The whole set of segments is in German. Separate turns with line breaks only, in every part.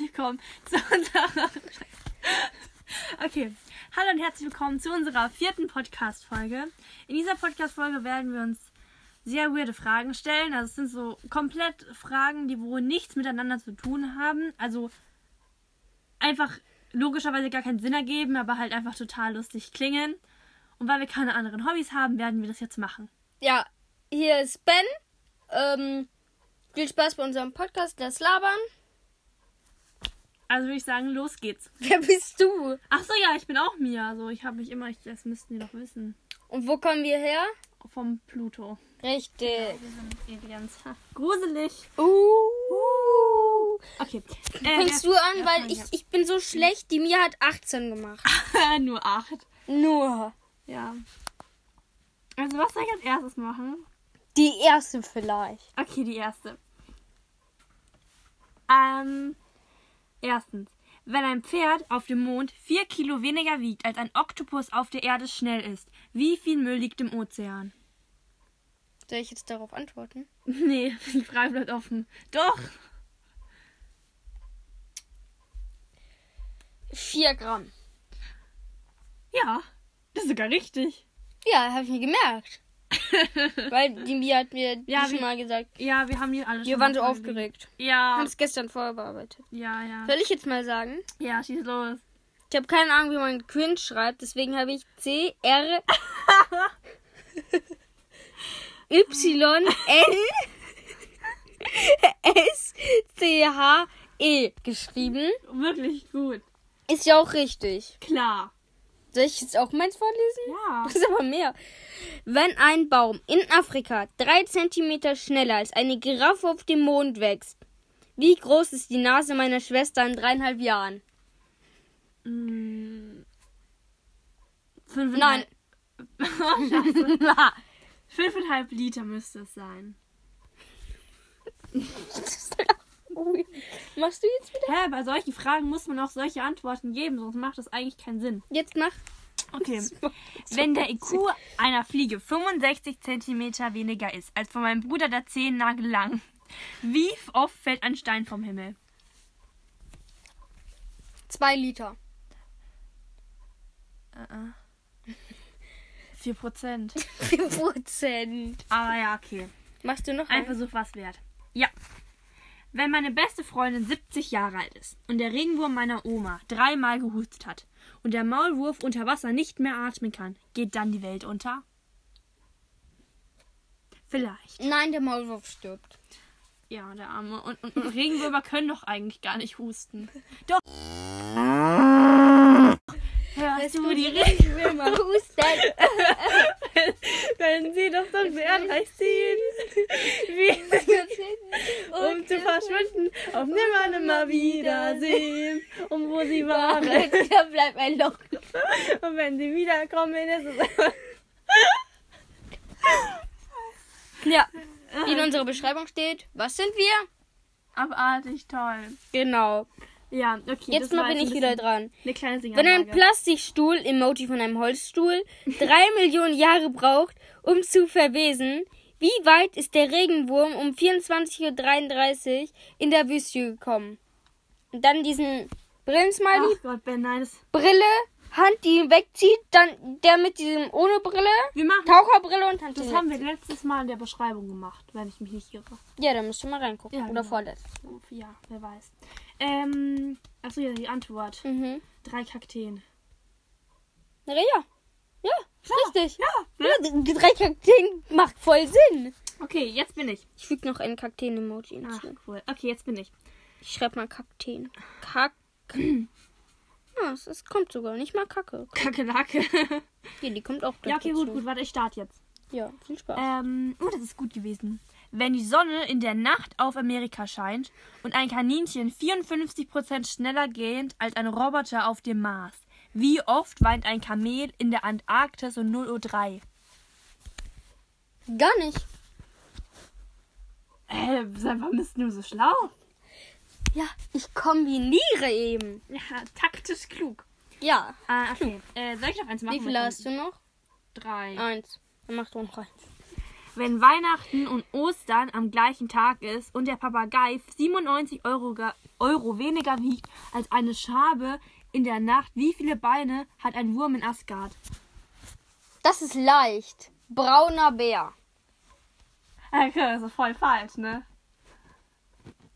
willkommen zu unserer. Okay. Hallo und herzlich willkommen zu unserer vierten Podcast-Folge. In dieser Podcast-Folge werden wir uns sehr weirde Fragen stellen. Also, es sind so komplett Fragen, die wohl nichts miteinander zu tun haben. Also, einfach logischerweise gar keinen Sinn ergeben, aber halt einfach total lustig klingen. Und weil wir keine anderen Hobbys haben, werden wir das jetzt machen.
Ja, hier ist Ben. Ähm, viel Spaß bei unserem Podcast, das Labern.
Also, würde ich sagen, los geht's.
Wer bist du?
Ach so, ja, ich bin auch Mia. Also, ich habe mich immer, ich, das müssten die doch wissen.
Und wo kommen wir her?
Vom Pluto.
Richtig.
Wir sind eh Aliens. Ha, gruselig.
Uh.
Okay.
Fängst
Äh,
du an,
ja,
weil ich,
ja.
ich bin so schlecht. Die Mia hat 18 gemacht.
äh, nur acht.
Nur
Ja. Also, was soll ich als erstes machen?
die erste vielleicht.
Okay, die erste. Ähm, erstens. Wenn ein Pferd auf dem Mond vier Kilo weniger wiegt, als ein Oktopus auf der Erde schnell ist, wie viel Müll liegt im Ozean?
Soll ich jetzt darauf antworten?
Nee, die Frage bleibt offen. Doch!
4 Gramm.
Ja, das ist sogar richtig.
Ja, habe ich mir gemerkt. weil die Mia hat mir
Ja,
ja, schon
wir-
mal gesagt.
Ja, wir haben die alle
Wir
schon
waren so
mal
aufgeregt.
Ja,
Haben es gestern vorbearbeitet.
ja, ja.
Soll ich jetzt mal sagen?
Ja, schieß los.
Ich habe keine Ahnung, wie man Quint schreibt, deswegen habe ich C R Y N S C H E geschrieben.
Wirklich gut.
Ist ja auch richtig.
Klar.
Soll ich jetzt auch meins vorlesen?
Ja.
Das ist aber mehr. Wenn ein Baum in Afrika drei Zentimeter schneller als eine Giraffe auf dem Mond wächst, wie groß ist die Nase meiner Schwester in dreieinhalb Jahren?
Mm. Fünf
Nein.
Fünfeinhalb Liter müsste es sein.
Ui. Machst du jetzt wieder?
Hä, bei solchen Fragen muss man auch solche Antworten geben, sonst macht das eigentlich keinen Sinn.
Jetzt mach.
Okay. Wenn der IQ einer Fliege 65 cm weniger ist als von meinem Bruder der Zehennagel lang, wie oft fällt ein Stein vom Himmel?
Zwei Liter.
4 Prozent.
4%.
Aber ja, okay.
Machst du noch
Ein
einen?
Versuch was wert. Ja. Wenn meine beste Freundin 70 Jahre alt ist und der Regenwurm meiner Oma dreimal gehustet hat und der Maulwurf unter Wasser nicht mehr atmen kann, geht dann die Welt unter? Vielleicht.
Nein, der Maulwurf stirbt.
Ja, der Arme. Und, und, und Regenwürmer können doch eigentlich gar nicht husten. Doch. Hörst du die Regen?
Regenwürmer husten?
Wenn sie doch so erdreich ziehen, wie um zu verschwinden, auf nimmer nimmer wiedersehen, um wo sie waren.
Da bleibt ein Loch.
Und wenn sie wiederkommen, ist es.
Ja. Wie in unserer Beschreibung steht, was sind wir?
Abartig toll.
Genau.
Ja, okay.
Jetzt mal bin ich wieder dran.
Eine kleine
Wenn
Singeranlage.
ein Plastikstuhl, Emoji von einem Holzstuhl, drei Millionen Jahre braucht, um zu verwesen, wie weit ist der Regenwurm um 24.33 Uhr in der Wüste gekommen? Und dann diesen Brillensmiley,
Ach Gott, Ben, nein, das.
Brille, Hand, die ihn wegzieht, dann der mit diesem ohne Brille,
Wir machen.
Taucherbrille und Hand. die
Das
ihn
haben wir
wegzieht.
letztes Mal in der Beschreibung gemacht, wenn ich mich nicht irre.
Ja, da müsst ihr mal reingucken.
Ja,
Oder
genau.
vorletzt.
Ja, wer weiß. Ähm, achso, ja, die Antwort.
Mhm.
Drei Kakteen.
Na ja. Ja, richtig.
Ja,
Ja, die die drei Kakteen macht voll Sinn.
Okay, jetzt bin ich.
Ich füge noch ein Kakteen-Emoji
Ach,
hinzu.
cool. Okay, jetzt bin ich.
Ich schreibe mal Kakteen. Kack. Ja, es, es kommt sogar nicht mal Kacke.
Kakelake.
Hier, die kommt auch gleich
ja, okay, gut,
dazu.
gut. Warte, ich starte jetzt.
Ja, viel Spaß.
Ähm, oh, das ist gut gewesen. Wenn die Sonne in der Nacht auf Amerika scheint und ein Kaninchen 54% schneller gähnt als ein Roboter auf dem Mars, wie oft weint ein Kamel in der Antarktis um 0.03 Uhr?
Gar nicht.
Äh, warum bist du so schlau?
Ja, ich kombiniere eben.
Ja, taktisch klug.
Ja.
Ah, okay. Äh, soll ich noch eins machen?
Wie viele hast du noch?
Drei.
Eins. Dann mach doch noch eins.
wenn Weihnachten und Ostern am gleichen Tag ist und der Papagei 97 Euro, ge- Euro weniger wiegt als eine Schabe in der Nacht, wie viele Beine hat ein Wurm in Asgard?
Das ist leicht. Brauner Bär.
Okay, das ist voll falsch, ne?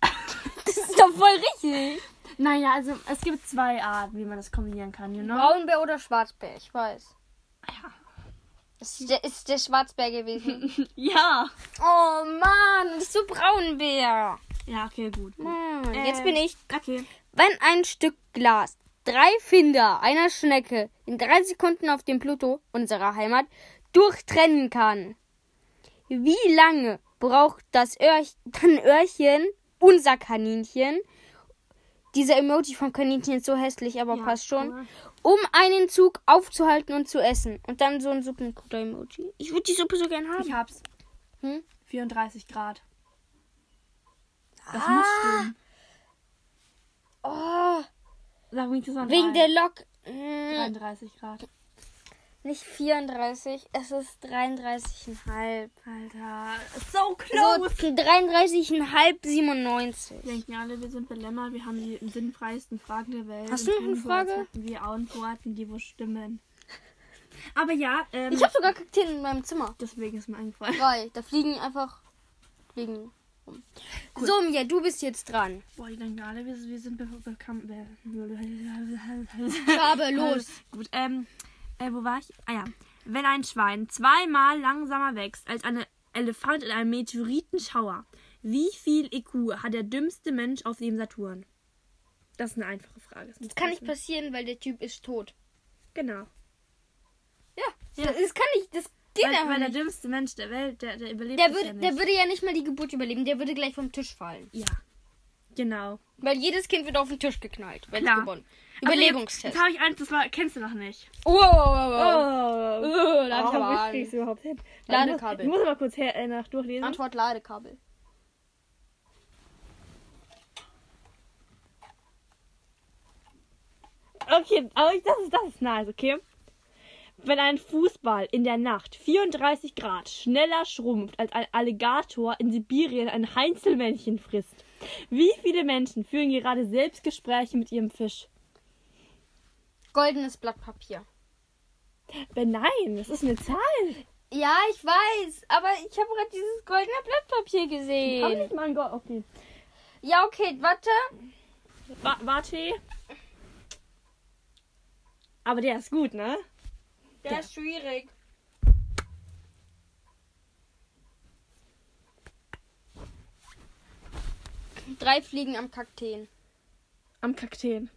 Das ist doch voll richtig.
Naja, also es gibt zwei Arten, wie man das kombinieren kann, you know?
Braunbär oder Schwarzbär? Ich weiß.
Ne? Ja.
Es ist der, ist der Schwarzbär gewesen.
Ja.
oh Mann, das ist so Braunbär.
Ja, okay, gut.
Hm,
Äh.
Jetzt bin ich.
Okay.
Wenn ein Stück Glas drei Finder einer Schnecke in drei Sekunden auf dem Pluto, unserer Heimat, durchtrennen kann, wie lange braucht das Öhrch dann Öhrchen, unser Kaninchen, dieser Emoji vom Kaninchen ist so hässlich, aber
Ja,
passt schon,
cool.
um einen Zug aufzuhalten und zu essen? Und dann so ein Suppenkutter-Emoji. Ich würde die Suppe so gern haben.
Ich hab's.
Hm?
34 Grad. Das muss stimmen.
Ah. Oh,
Sag mich das an
wegen der
drei.
Lok. Hm,
33 Grad.
nicht 34, es ist 33,5.
Alter, so
So,
close.
33,5, 97.
Denken alle, wir sind belämmert, wir haben die sinnfreiesten Fragen der Welt.
Hast du
und
noch eine
tun so, als
Frage?
hätten Wir Antworten, die wo stimmen. Aber ja, ähm,
Ich habe sogar Kakteen in meinem Zimmer.
deswegen ist mir eingefallen.
Drei. Da fliegen einfach. Fliegen. rum. So, Mia, du bist jetzt dran.
Boah, die denken alle, wir, wir sind be- bekannt. be-
Farbe, los.
Gut, ähm, äh, wo war ich? Ah ja. Wenn ein Schwein zweimal langsamer wächst als ein Elefant in einem Meteoritenschauer, wie viel IQ hat der dümmste Mensch auf dem Saturn? Das ist eine einfache Frage. ist
Das kann nicht
einfach.
passieren, weil der Typ ist tot.
Genau.
Ja, das kann nicht. Das geht
Weil,
einfach
weil der
nicht.
dümmste Mensch der Welt, der, der überlebt
Der
das ja
würde,
nicht.
der würde ja nicht mal die Geburt überleben. Der würde gleich vom Tisch fallen.
ja, genau.
Weil jedes Kind wird auf den Tisch geknallt. Wenn es
Klar.
gewonnen.
Also
Überlebungstest.
Jetzt, jetzt habe ich eins, das war, kennst du noch nicht.
Oh, oh, oh, oh.
Oh,
Oh, da hab ich aber
krieg's
Angst.
überhaupt hin?
Ladekabel.
Ich muss, ich muss mal kurz her, äh, nach durchlesen.
Antwort Ladekabel.
Okay, aber ich, das, ist, das ist nice, okay? Wenn ein Fußball in der Nacht 34 Grad schneller schrumpft, als ein Alligator in Sibirien ein Heinzelmännchen frisst, wie viele Menschen führen gerade Selbstgespräche mit ihrem Fisch?
Goldenes Blatt Papier.
Ben, Äh, nein, das ist eine Zahl.
Ja, ich weiß, aber ich habe gerade dieses goldene Blatt Papier
Hab
gesehen.
ich mal einen Go- Okay.
Ja, okay, warte.
Wa warte. Aber der ist gut, ne?
Der ist schwierig. Drei Fliegen am Kakteen.
Am Kakteen.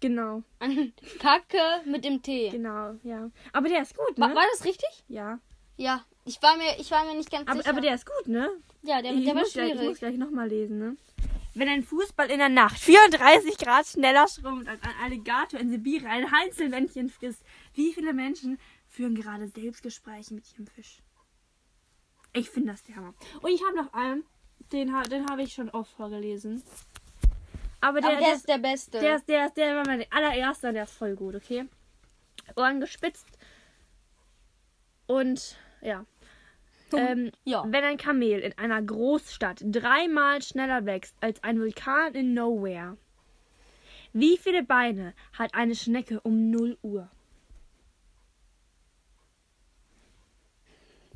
Genau,
An Kacke mit dem T.
genau, ja. Aber der ist gut,
War,
ne?
war das richtig?
Ja.
Ja, ich war mir, ich war mir nicht ganz
Aber,
sicher.
aber der ist gut, ne?
ja, der,
Ich
der war
muss gleich, ich muss
schwierig.
gleich nochmal lesen, ne? Wenn ein Fußball in der Nacht 34 Grad schneller schrumpft als ein Alligator in Sibirien ein Heinzelmännchen frisst, wie viele Menschen führen gerade Selbstgespräche mit ihrem Fisch? Ich finde das der Hammer. Und ich habe noch einen, den, ha- den habe ich schon oft vorgelesen. Aber der,
aber der ist der Beste.
der ist, der ist, der war mein allererster, der ist voll gut, okay? Ohren gespitzt. Und ja. Ähm,
ja.
Wenn ein Kamel in einer Großstadt dreimal schneller wächst als ein Vulkan in Nowhere, wie viele Beine hat eine Schnecke um 0 Uhr?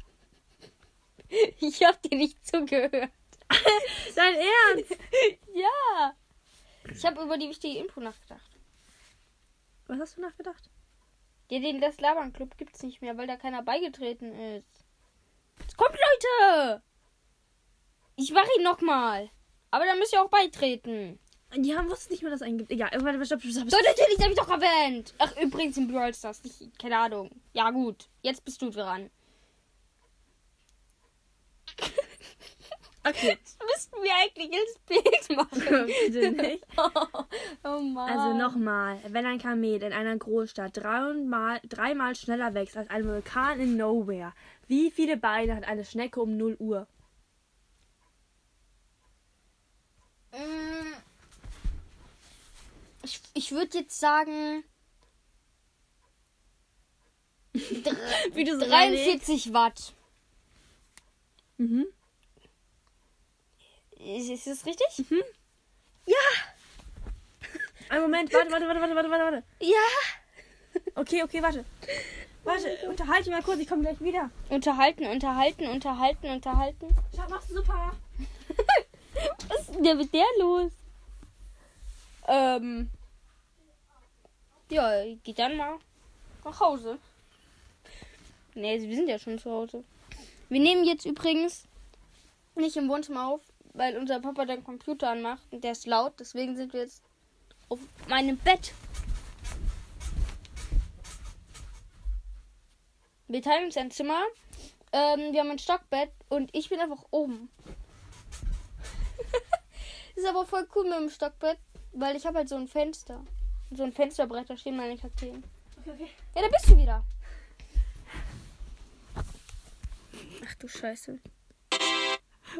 Ich hab dir nicht zugehört.
Dein Ernst?
Ja. Ich habe über die wichtige Info nachgedacht.
Was hast du nachgedacht?
Ja, den Das Labern Club gibt's nicht mehr, weil da keiner beigetreten ist. Jetzt kommt, Leute! Ich mache ihn nochmal. Aber dann müsst ihr auch beitreten.
Die haben wussten nicht mehr, dass es einen gibt. Egal, warte, stopp, stopp,
So,
stopp.
natürlich, hab ich doch erwähnt. Ach, übrigens im Brawl Stars. Ich, keine Ahnung. Ja, gut. Jetzt bist du dran.
Okay.
Jetzt müssten wir eigentlich ins Bild machen.
Bitte nicht.
oh Mann.
Also nochmal, wenn ein Kamel in einer Großstadt dreimal, dreimal schneller wächst als ein Vulkan in Nowhere, wie viele Beine hat eine Schnecke um 0 Uhr?
Mm. Ich, ich würde jetzt sagen.
Wie du
43 Watt.
Mhm.
Ist, ist das richtig?
Mhm. Ein Moment, warte, warte, warte, warte, warte, warte, warte.
Ja.
Okay, okay, warte. Warte, unterhalte mal kurz, ich komme gleich wieder.
Unterhalten, unterhalten, unterhalten, unterhalten.
Schau, machst du super.
Was ist denn der mit der los? Ähm. Ja, geh dann mal nach Hause. Ne, wir sind ja schon zu Hause. Wir nehmen jetzt übrigens nicht im Wohnzimmer auf, weil unser Papa den Computer anmacht und der ist laut, deswegen sind wir jetzt auf meinem Bett. Wir teilen uns ein Zimmer. Ähm, wir haben ein Stockbett und ich bin einfach oben. Das ist aber voll cool mit dem Stockbett, weil ich habe halt so ein Fenster. So ein Fensterbrett, da stehen meine Kakteen.
Okay, okay.
Ja, da bist du wieder. Ach du Scheiße.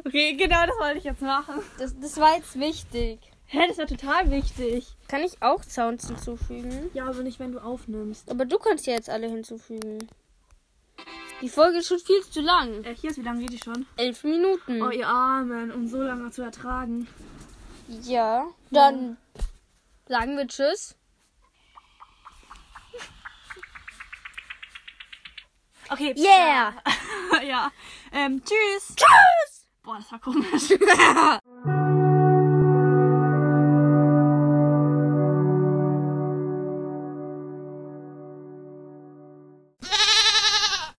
Okay, genau das wollte ich jetzt machen.
Das, das war jetzt wichtig.
Hä, das war total wichtig.
Kann ich auch Sounds hinzufügen?
Ja, aber nicht, wenn du aufnimmst.
Aber du kannst ja jetzt alle hinzufügen. Die Folge ist schon viel zu lang.
Äh, hier ist, wie lange geht die schon?
Elf Minuten.
Oh, ihr Armen, um so lange zu ertragen.
Ja,
Mhm.
dann sagen wir Tschüss.
Okay.
Yeah!
ja. Ähm, tschüss.
Tschüss!
Boah, das war komisch.